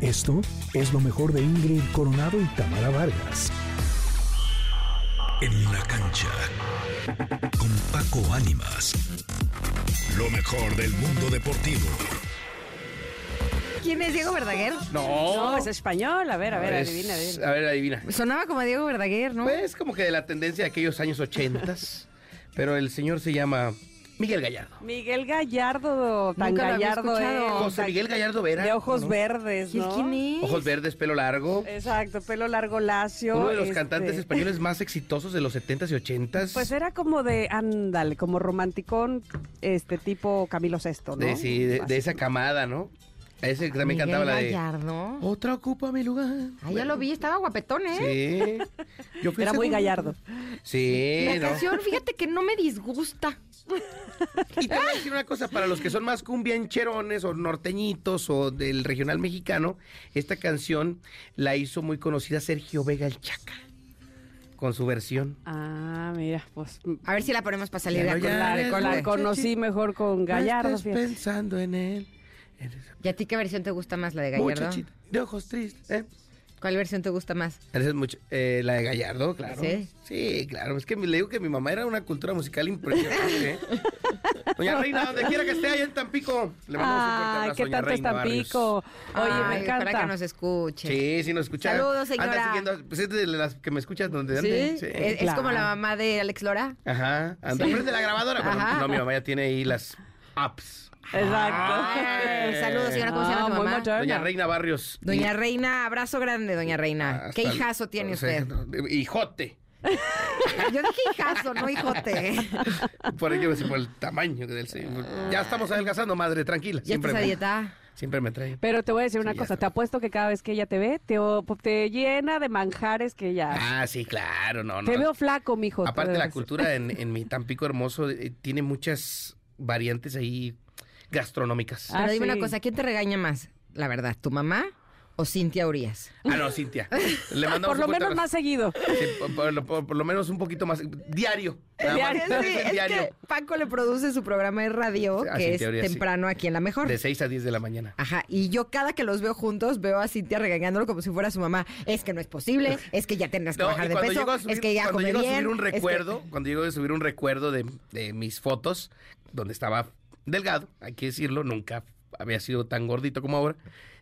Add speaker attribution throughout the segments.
Speaker 1: Esto es lo mejor de Ingrid Coronado y Tamara Vargas.
Speaker 2: En la cancha con Paco Ánimas. Lo mejor del mundo deportivo.
Speaker 3: ¿Quién es Diego Verdaguer?
Speaker 4: No.
Speaker 5: No, es español. A ver, a ver,
Speaker 4: Es-
Speaker 5: adivina, adivina.
Speaker 4: A ver, adivina.
Speaker 3: Sonaba como a Diego Verdaguer, ¿no?
Speaker 4: Pues como que de la tendencia de aquellos años ochentas, pero el señor se llama Miguel Gallardo.
Speaker 5: Miguel Gallardo, tan
Speaker 3: Nunca lo había
Speaker 5: gallardo
Speaker 3: escuchado.
Speaker 5: eh,
Speaker 4: José
Speaker 5: tan-
Speaker 4: Miguel Gallardo Vera.
Speaker 5: De ojos
Speaker 4: ¿no?
Speaker 5: verdes,
Speaker 3: ¿Y él
Speaker 5: ¿no?
Speaker 3: quién es?
Speaker 4: Ojos verdes, pelo largo.
Speaker 5: Exacto, pelo largo lacio.
Speaker 4: Uno de los
Speaker 5: Eh, este,
Speaker 4: cantantes españoles más exitosos de los 70s y 80s.
Speaker 5: Pues era como de, ándale, como romanticón, este tipo Camilo VI, ¿no?
Speaker 4: de, sí, de,
Speaker 5: Así.
Speaker 4: de esa camada, ¿no? A ese que también
Speaker 3: Miguel
Speaker 4: cantaba la de
Speaker 3: Gallardo.
Speaker 4: Otra ocupa mi lugar.
Speaker 3: Ah, ya lo vi, estaba guapetón, ¿eh?
Speaker 4: Sí. Yo fui
Speaker 5: Era muy
Speaker 4: segundo.
Speaker 5: gallardo.
Speaker 4: Sí,
Speaker 3: La
Speaker 4: ¿no?
Speaker 3: canción, fíjate que no me disgusta.
Speaker 4: Y te voy a decir una cosa, para los que son más cumbiancherones o norteñitos o del regional mexicano, esta canción la hizo muy conocida Sergio Vega el Chaca, con su versión.
Speaker 5: Ah, mira, pues
Speaker 3: A ver si la ponemos para salir de
Speaker 4: Ya no, ya
Speaker 3: acordar.
Speaker 4: eres
Speaker 3: con
Speaker 5: la
Speaker 4: Bueno,
Speaker 5: conocí
Speaker 4: sí.
Speaker 5: mejor con Gallardo.
Speaker 4: No estés
Speaker 5: fíjate.
Speaker 4: pensando en él. Eres
Speaker 3: ¿Y a ti qué versión te gusta más, la de Gallardo?
Speaker 4: muchachita de ojos tristes. ¿eh?
Speaker 3: ¿Cuál versión te gusta más?
Speaker 4: Eres much- eh, la de Gallardo, claro.
Speaker 3: Sí.
Speaker 4: Sí, claro. Es que me- le digo que mi mamá era una cultura musical impresionante. ¿eh? Doña Reina, donde quiera que esté, allá en Tampico. Le mandamos un fuerte
Speaker 5: Ay,
Speaker 4: abrazo,
Speaker 5: Ah, qué
Speaker 4: doña
Speaker 5: tanto es
Speaker 4: Reina Barrios.
Speaker 5: Tampico. Oye, me
Speaker 3: Ay,
Speaker 5: encanta.
Speaker 3: Para que nos escuche.
Speaker 4: Sí, sí nos escucha.
Speaker 3: Saludos, señora.
Speaker 4: Anda siguiendo, pues es de las que me escuchas donde
Speaker 3: ¿Sí?
Speaker 4: ande.
Speaker 3: ¿Es, es como la mamá de Alex Lora?
Speaker 4: Ajá. Anda, prende la grabadora. Bueno,
Speaker 3: Ajá.
Speaker 4: no, mi mamá ya tiene ahí las apps.
Speaker 5: Exacto.
Speaker 4: Ah,
Speaker 3: Ay, saludos, señora. ¿Cómo se llama
Speaker 5: Ah,
Speaker 3: tu
Speaker 5: muy
Speaker 3: mamá?
Speaker 5: moderna.
Speaker 4: Doña Reina Barrios.
Speaker 3: Doña Reina, abrazo grande, doña Reina.
Speaker 4: Ah, Hasta
Speaker 3: ¿Qué
Speaker 4: el-
Speaker 3: hijazo tiene
Speaker 4: o sea,
Speaker 3: usted?
Speaker 4: Hijote.
Speaker 3: Yo dije hijazo, no hijote.
Speaker 4: Por ello, por el tamaño del señor. Ya estamos adelgazando, madre, tranquila.
Speaker 3: ¿Ya estás a
Speaker 4: me,
Speaker 3: dieta?
Speaker 4: Siempre me trae.
Speaker 5: Pero te voy a decir una
Speaker 4: ya
Speaker 5: cosa,
Speaker 4: está.
Speaker 5: te apuesto que cada vez que ella te ve, te, te llena de manjares que ella...
Speaker 4: Ah, sí, claro, no, no.
Speaker 5: te veo flaco, mijo. te
Speaker 4: Aparte, la
Speaker 5: debes.
Speaker 4: cultura en, en mi Tampico hermoso eh, tiene muchas variantes ahí gastronómicas.
Speaker 5: Ah,
Speaker 3: Pero dime una
Speaker 5: sí.
Speaker 3: cosa, ¿quién te regaña más? La verdad, ¿tu mamá o Cintia Urias?
Speaker 4: Ah, no, Cintia. Le mandamos
Speaker 5: Por lo
Speaker 4: un fuerte
Speaker 5: menos
Speaker 4: abrazo.
Speaker 5: más seguido.
Speaker 4: Sí, por, por lo- por- por lo menos un poquito más. Diario. nada más,
Speaker 5: Diario,
Speaker 4: tres veces diario.
Speaker 3: que Paco le produce su programa de radio,
Speaker 4: Ah,
Speaker 3: que
Speaker 4: Cintia
Speaker 3: es
Speaker 4: Urias, sí.
Speaker 3: temprano aquí en La Mejor.
Speaker 4: De 6 a 10 de la mañana.
Speaker 3: Ajá, y yo cada que los veo juntos veo a Cintia regañándolo como si fuera su mamá. Es que no es posible, es que ya tendrás que
Speaker 4: No,
Speaker 3: bajar de peso,
Speaker 4: llego a subir,
Speaker 3: es que ya
Speaker 4: cuando
Speaker 3: come
Speaker 4: llego a
Speaker 3: bien. este,
Speaker 4: subir un
Speaker 3: es que-
Speaker 4: recuerdo, cuando llego a subir un recuerdo de, de mis fotos, donde estaba delgado, hay que decirlo, nunca había sido tan gordito como ahora,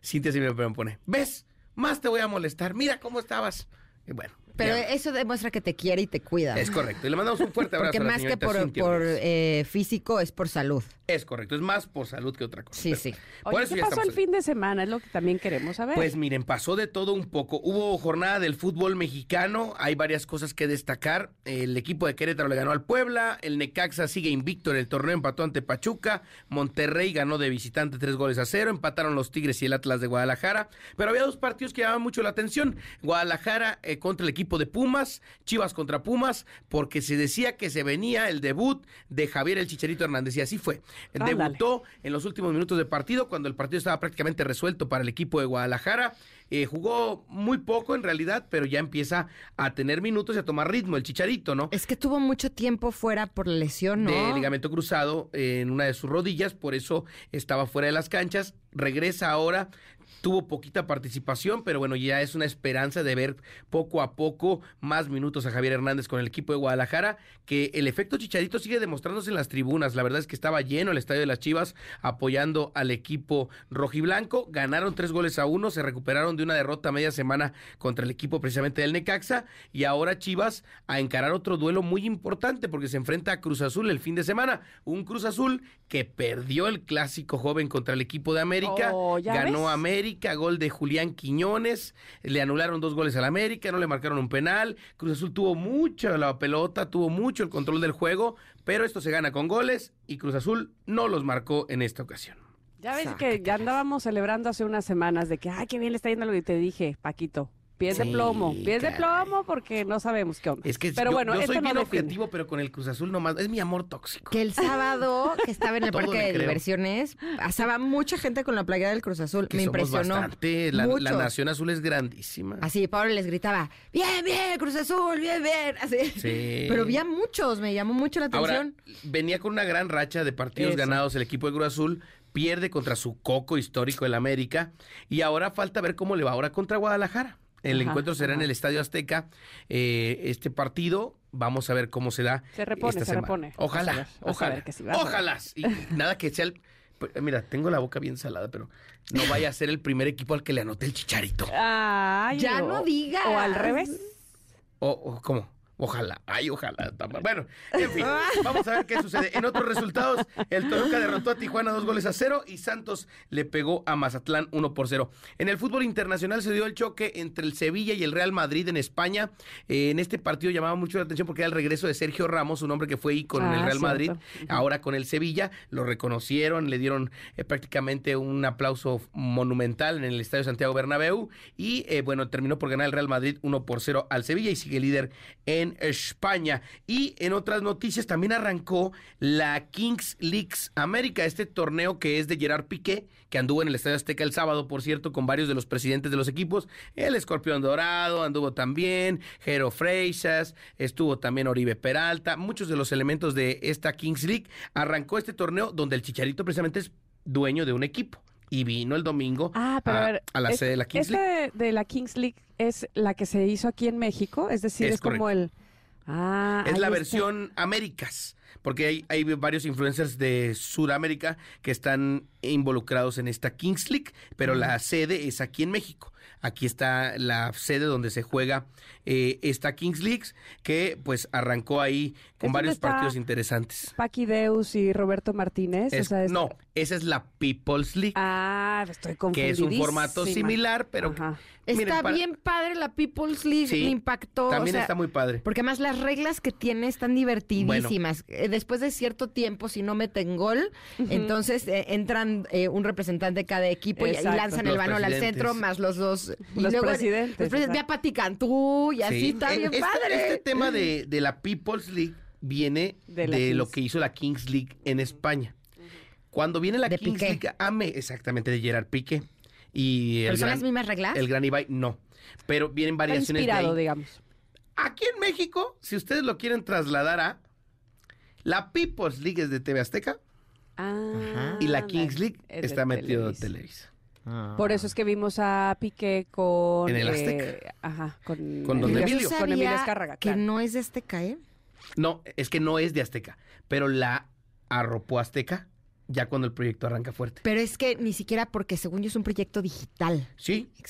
Speaker 4: Cintia siempre me pone, ¿ves? Más te voy a molestar, mira cómo estabas. Y bueno,
Speaker 3: Pero
Speaker 4: ya,
Speaker 3: eso demuestra que te quiere y te cuida.
Speaker 4: es correcto. Y le mandamos un fuerte abrazo
Speaker 3: Porque
Speaker 4: a la
Speaker 3: más que
Speaker 4: señorita
Speaker 3: por,
Speaker 4: Cintia
Speaker 3: por,
Speaker 4: Ortiz.
Speaker 3: eh, físico es por salud.
Speaker 4: Es correcto, es más por salud que otra cosa.
Speaker 3: Sí,
Speaker 4: pero
Speaker 3: sí.
Speaker 4: por
Speaker 5: Oye,
Speaker 4: eso
Speaker 5: ¿qué
Speaker 4: ya
Speaker 5: pasó el
Speaker 4: estamos aquí.
Speaker 5: fin de semana? Es lo que también queremos saber.
Speaker 4: Pues miren, pasó de todo un poco. Hubo jornada del fútbol mexicano, hay varias cosas que destacar. El equipo de Querétaro le ganó al Puebla, el Necaxa sigue invicto en el torneo, empató ante Pachuca, Monterrey ganó de visitante tres goles a cero, empataron los Tigres y el Atlas de Guadalajara. Pero había dos partidos que llamaban mucho la atención. Guadalajara eh, contra el equipo de Pumas, Chivas contra Pumas, porque se decía que se venía el debut de Javier el Chicharito Hernández y así fue.
Speaker 5: Ándale.
Speaker 4: Debutó empató en los últimos minutos de partido, cuando el partido estaba prácticamente resuelto para el equipo de Guadalajara. Eh, jugó muy poco en realidad, pero ya empieza a tener minutos y a tomar ritmo el chicharito, ¿no?
Speaker 3: Es que tuvo mucho tiempo fuera por la lesión, ¿no?
Speaker 4: de ligamento cruzado en una de sus rodillas, por eso estaba fuera de las canchas, regresa ahora, tuvo poquita participación, pero bueno, ya es una esperanza de ver poco a poco más minutos a Javier Hernández con el equipo de Guadalajara, que el efecto Chicharito sigue demostrándose en las tribunas, la verdad es que estaba lleno el estadio de las Chivas apoyando al equipo rojiblanco, ganaron tres goles a uno, se recuperaron de una derrota media semana contra el equipo precisamente del Necaxa y ahora Chivas a encarar otro duelo muy importante porque se enfrenta a Cruz Azul el fin de semana. Un Cruz Azul que perdió el clásico joven contra el equipo de América.
Speaker 5: Oh, ¿ya
Speaker 4: ganó
Speaker 5: ves?
Speaker 4: América, gol de Julián Quiñones. Le anularon dos goles al América, no le marcaron un penal. Cruz Azul tuvo mucho la pelota, tuvo mucho el control del juego, pero esto se gana con goles y Cruz Azul no los marcó en esta ocasión.
Speaker 5: ya ves que ya andábamos celebrando hace unas semanas de que, ay, qué bien le está yendo lo que te dije, Paquito. Pies de
Speaker 4: Sí,
Speaker 5: plomo, pies de
Speaker 4: caray.
Speaker 5: plomo porque no sabemos qué onda.
Speaker 4: Es que
Speaker 5: Pero
Speaker 4: yo,
Speaker 5: bueno,
Speaker 4: yo
Speaker 5: esto
Speaker 4: soy
Speaker 5: no
Speaker 4: bien
Speaker 5: define.
Speaker 4: objetivo, pero con el Cruz Azul nomás. Es mi amor tóxico.
Speaker 3: Que el sábado, que estaba en el
Speaker 4: Todo
Speaker 3: parque
Speaker 4: le
Speaker 3: de
Speaker 4: creo.
Speaker 3: diversiones, pasaba mucha gente con la playera del Cruz Azul.
Speaker 4: que
Speaker 3: Me
Speaker 4: somos
Speaker 3: impresionó.
Speaker 4: bastante. La, la
Speaker 3: Muchos.
Speaker 4: Nación Azul es grandísima.
Speaker 3: Así, Pablo les gritaba, bien, bien, Cruz Azul, bien, bien. Así.
Speaker 4: Sí.
Speaker 3: Pero vi a muchos, me llamó mucho la
Speaker 4: Ahora,
Speaker 3: atención.
Speaker 4: venía con una gran racha de partidos
Speaker 5: Eso.
Speaker 4: ganados el equipo de Cruz Azul, pierde contra su coco histórico el América y ahora falta ver cómo le va ahora contra Guadalajara. El
Speaker 5: Ajá,
Speaker 4: encuentro será en
Speaker 5: ajá.
Speaker 4: el Estadio Azteca. eh, este partido, vamos a ver cómo se da.
Speaker 5: Se repone,
Speaker 4: esta
Speaker 5: se
Speaker 4: semana.
Speaker 5: repone. Vas
Speaker 4: Ojalá,
Speaker 5: a ver, vas a
Speaker 4: ojalá.
Speaker 5: ver que sí, vas a ver.
Speaker 4: ojalá. Y nada que sea el. pero, Mira, tengo la boca bien salada, pero no vaya a ser el primer equipo al que le anoté el chicharito.
Speaker 5: Ay,
Speaker 3: Ya
Speaker 5: o-
Speaker 3: no digas.
Speaker 5: O al revés.
Speaker 4: O, o ¿Cómo? Ojalá, ay, ojalá. está mal. Bueno, en fin, vamos a ver qué sucede. En otros resultados, el Toluca derrotó a Tijuana dos goles a cero y Santos le pegó a Mazatlán uno por cero. En el fútbol internacional se dio el choque entre el Sevilla y el Real Madrid en España. Eh, en este partido llamaba mucho la atención porque era el regreso de Sergio Ramos, un hombre que fue ícono en el
Speaker 5: Ah,
Speaker 4: Real Madrid,
Speaker 5: cierto. Ujú.
Speaker 4: ahora con el Sevilla. Lo reconocieron, le dieron eh, prácticamente un aplauso monumental en el Estadio Santiago Bernabéu y eh, bueno, terminó por ganar el Real Madrid 1 por 0 al Sevilla y sigue líder en España. Y en otras noticias también arrancó la Kings Leagues América, este torneo que es de Gerard Piqué, que anduvo en el Estadio Azteca el sábado, por cierto, con varios de los presidentes de los equipos. El Escorpión Dorado anduvo también, Jero Freixas, estuvo también Oribe Peralta, muchos de los elementos de esta Kings League. Arrancó este torneo donde el Chicharito precisamente es dueño de un equipo. Y vino el domingo
Speaker 5: Ah, pero a,
Speaker 4: a,
Speaker 5: ver.
Speaker 4: a la
Speaker 5: es-
Speaker 4: sede de la Kings
Speaker 5: esta
Speaker 4: League.
Speaker 5: de, de la Kings League es la que se hizo aquí en México, es decir,
Speaker 4: Es
Speaker 5: es, como el. Ah,
Speaker 4: Es
Speaker 5: ahí
Speaker 4: la
Speaker 5: está.
Speaker 4: versión Américas, porque hay, hay varios influencers de Sudamérica que están involucrados en esta Kings League, pero la sede es aquí en México. Aquí está la sede donde se juega eh, esta Kings League, que pues arrancó ahí con
Speaker 5: Es donde
Speaker 4: varios
Speaker 5: está
Speaker 4: partidos interesantes.
Speaker 5: Paqui Deus y Roberto Martínez.
Speaker 4: Es-
Speaker 5: o sea, es-
Speaker 4: no, esa es la People's League,
Speaker 5: Ah, estoy
Speaker 4: que es un formato similar, pero
Speaker 5: Ajá.
Speaker 4: miren,
Speaker 3: Está
Speaker 4: para-
Speaker 3: bien padre la People's League,
Speaker 4: Sí,
Speaker 3: me impactó. o
Speaker 4: también
Speaker 3: sea,
Speaker 4: está muy padre.
Speaker 3: Porque además las reglas que tiene están divertidísimas. Eh, Después de cierto tiempo, si no meten gol, entonces eh, entran eh, un representante de cada equipo y, y
Speaker 5: Exacto.
Speaker 3: lanzan
Speaker 4: Los
Speaker 3: el balón al
Speaker 4: presidentes.
Speaker 3: centro, más los dos. y
Speaker 5: Los
Speaker 3: luego-
Speaker 5: presidentes,
Speaker 3: Los presidentes. Ve a
Speaker 5: exacto.
Speaker 3: Pati Cantú y así
Speaker 4: Sí.
Speaker 3: está
Speaker 4: Eh,
Speaker 3: bien
Speaker 4: este,
Speaker 3: padre.
Speaker 4: Este tema de, de la People's League viene de,
Speaker 5: De la
Speaker 4: lo
Speaker 5: Kings.
Speaker 4: que hizo la Kings League en España. Cuando viene la
Speaker 3: De
Speaker 4: Kings
Speaker 3: Piqué.
Speaker 4: League, ame exactamente de Gerard Piqué y
Speaker 3: ¿Pero
Speaker 4: el
Speaker 3: son
Speaker 4: gran,
Speaker 3: las mismas reglas?
Speaker 4: el gran Ibai, no. Pero vienen
Speaker 5: Está
Speaker 4: variaciones de
Speaker 5: inspirado,
Speaker 4: ahí.
Speaker 5: digamos.
Speaker 4: Aquí en México, si ustedes lo quieren trasladar a la People's League es de TV Azteca
Speaker 5: Ah,
Speaker 4: y la
Speaker 5: ándale.
Speaker 4: Kings League
Speaker 5: Es de
Speaker 4: está metido en
Speaker 5: Televisa.
Speaker 4: Televisa.
Speaker 5: Por eso es que vimos a Piqué con.
Speaker 4: En el Azteca.
Speaker 5: eh, ajá, con.
Speaker 4: Con don
Speaker 5: Emilio-
Speaker 4: Emilio.
Speaker 3: Yo
Speaker 5: Con Emilio
Speaker 3: sabía
Speaker 5: Azcárraga,
Speaker 3: que
Speaker 5: claro.
Speaker 3: no es de este caer.
Speaker 4: No, es que no es de Azteca, pero la arropó Azteca ya cuando el proyecto arranca fuerte.
Speaker 3: Pero es que ni siquiera porque según yo es un proyecto digital.
Speaker 4: Sí,
Speaker 5: Sí, sí, pero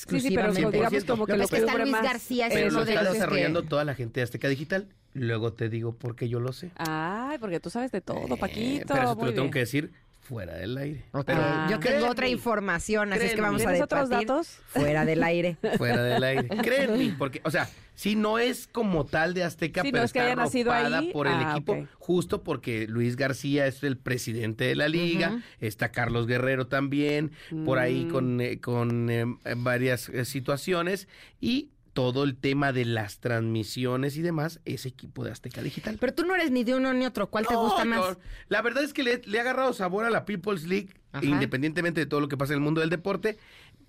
Speaker 3: Exclusivamente.
Speaker 5: como, digamos
Speaker 4: 100%.
Speaker 5: como que
Speaker 4: Lo
Speaker 5: lo
Speaker 4: que está
Speaker 5: cubre
Speaker 3: Luis
Speaker 5: más.
Speaker 3: García, es
Speaker 4: Pero
Speaker 3: uno
Speaker 4: lo
Speaker 5: Eso
Speaker 3: de
Speaker 4: está
Speaker 3: los que-
Speaker 4: desarrollando toda la gente de Azteca Digital. Luego te digo porque yo lo sé.
Speaker 5: Ay, porque tú sabes de todo,
Speaker 4: Eh,
Speaker 5: Paquito.
Speaker 4: pero eso te
Speaker 5: muy
Speaker 4: lo tengo
Speaker 5: bien.
Speaker 4: que decir fuera del aire.
Speaker 3: Ok,
Speaker 4: Pero
Speaker 5: Ah.
Speaker 3: yo tengo
Speaker 4: créanme,
Speaker 3: otra información, así es que
Speaker 4: Créeme.
Speaker 3: vamos a
Speaker 5: ¿Tienes otros
Speaker 3: debatir
Speaker 5: datos?
Speaker 3: fuera del aire.
Speaker 4: Fuera del aire. Créanme, porque, o sea, si no es como tal de Azteca,
Speaker 5: Sí, no
Speaker 4: pero
Speaker 5: es que
Speaker 4: está
Speaker 5: haya nacido
Speaker 4: arropada
Speaker 5: ahí.
Speaker 4: por el
Speaker 5: Ah,
Speaker 4: equipo,
Speaker 5: ok.
Speaker 4: justo porque Luis García es el presidente de la liga,
Speaker 3: Ujú.
Speaker 4: está Carlos Guerrero también, por ahí
Speaker 5: Mm.
Speaker 4: con, eh, con eh, varias eh, situaciones, y todo el tema de las transmisiones y demás, es equipo de Azteca Digital.
Speaker 3: Pero tú no eres ni de uno ni otro, ¿cuál te
Speaker 4: No,
Speaker 3: gusta
Speaker 4: yo-
Speaker 3: más?
Speaker 4: la verdad es que le, le ha agarrado sabor a la People's League,
Speaker 3: Ajá.
Speaker 4: independientemente de todo lo que pasa en el mundo del deporte,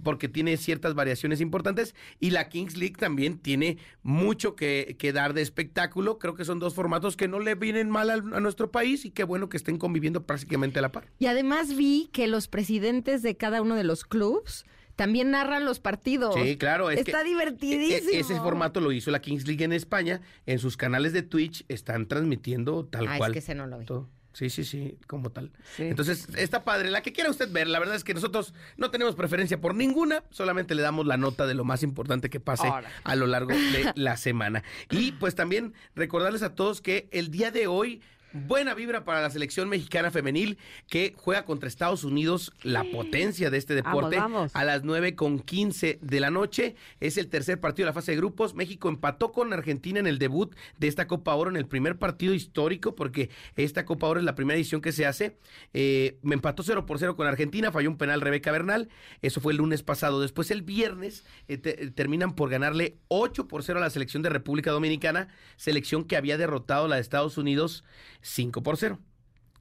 Speaker 4: porque tiene ciertas variaciones importantes. Y la Kings League también tiene mucho que, que dar de espectáculo. Creo que son dos formatos que no le vienen mal al- a nuestro país y qué bueno que estén conviviendo prácticamente a la par.
Speaker 3: Y además vi que los presidentes de cada uno de los clubs también narran los partidos.
Speaker 4: Sí, claro. es que-
Speaker 3: Está divertidísimo.
Speaker 4: E- Ese formato lo hizo la Kings League en España. En sus canales de Twitch están transmitiendo tal
Speaker 3: Ah, es
Speaker 4: cual.
Speaker 3: que ese no lo vi.
Speaker 4: todo. Sí, sí, sí, como tal.
Speaker 5: Sí.
Speaker 4: Entonces, está padre. La que quiera usted ver, la verdad es que nosotros no tenemos preferencia por ninguna, solamente le damos la nota de lo más importante que pase
Speaker 5: Ahora.
Speaker 4: a lo largo de la semana. Y pues también recordarles a todos que el día de hoy... Buena vibra para la selección mexicana femenil que juega contra Estados Unidos, la potencia de este
Speaker 5: Vamos,
Speaker 4: deporte,
Speaker 5: vamos.
Speaker 4: a las 9 con 15 de la noche. Es el tercer partido de la fase de grupos. México empató con Argentina en el debut de esta Copa Oro, en el primer partido histórico, porque esta Copa Oro es la primera edición que se hace. Eh, me empató 0 por 0 con Argentina, falló un penal Rebeca Bernal. Eso fue el lunes pasado. Después el viernes eh, te- eh, terminan por ganarle 8 por 0 a la selección de República Dominicana, selección que había derrotado a la de Estados Unidos 5 por 0.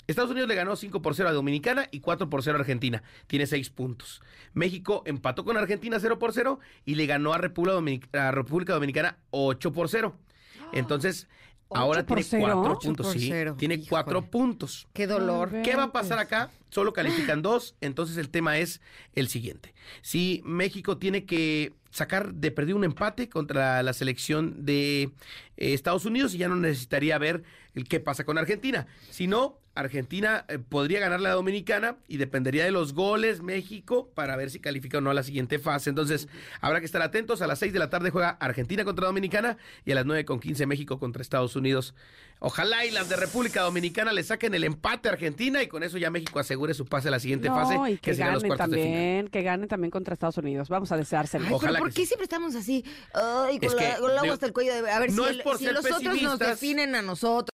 Speaker 4: Estados Unidos le ganó 5 por 0 a Dominicana y 4 por 0 a Argentina. Tiene 6 puntos. México empató con Argentina 0 por 0 y le ganó a República, Dominic- a República Dominicana 8 por 0. Entonces, Ahora
Speaker 5: por
Speaker 4: tiene
Speaker 5: cero?
Speaker 4: cuatro
Speaker 5: Ocho
Speaker 4: puntos,
Speaker 3: por
Speaker 4: sí.
Speaker 3: cero,
Speaker 4: Tiene
Speaker 3: híjole.
Speaker 4: cuatro puntos.
Speaker 3: Qué dolor.
Speaker 5: Ay,
Speaker 4: ¿Qué va a pasar
Speaker 5: Antes.
Speaker 4: acá? Solo califican dos, entonces el tema es el siguiente. Si México tiene que sacar de perdido un empate contra la selección de eh, Estados Unidos y ya no necesitaría ver el qué pasa con Argentina. Si no, Argentina eh, podría ganar la Dominicana y dependería de los goles México para ver si califica o no a la siguiente fase. Entonces, habrá que estar atentos. A las 6 de la tarde juega Argentina contra Dominicana y a las 9 con 15 México contra Estados Unidos. Ojalá y las de República Dominicana le saquen el empate a Argentina y con eso ya México asegure su pase a la siguiente
Speaker 5: No,
Speaker 4: fase,
Speaker 5: y que,
Speaker 4: serán los
Speaker 5: ganen
Speaker 4: cuartos de final.
Speaker 5: también, que ganen también contra Estados Unidos. Vamos a deseárselo.
Speaker 3: Ay, pero
Speaker 4: Ojalá
Speaker 3: ¿por
Speaker 4: que
Speaker 3: qué
Speaker 4: sí.
Speaker 3: siempre estamos así? Ay, con,
Speaker 4: Es
Speaker 3: la-
Speaker 4: que,
Speaker 3: con el agua
Speaker 4: digo,
Speaker 3: hasta el cuello. de- A ver,
Speaker 4: no
Speaker 3: si,
Speaker 4: es
Speaker 3: el-
Speaker 4: por
Speaker 3: si
Speaker 4: ser
Speaker 3: los otros nos
Speaker 4: pesimistas.
Speaker 3: definen a nosotros,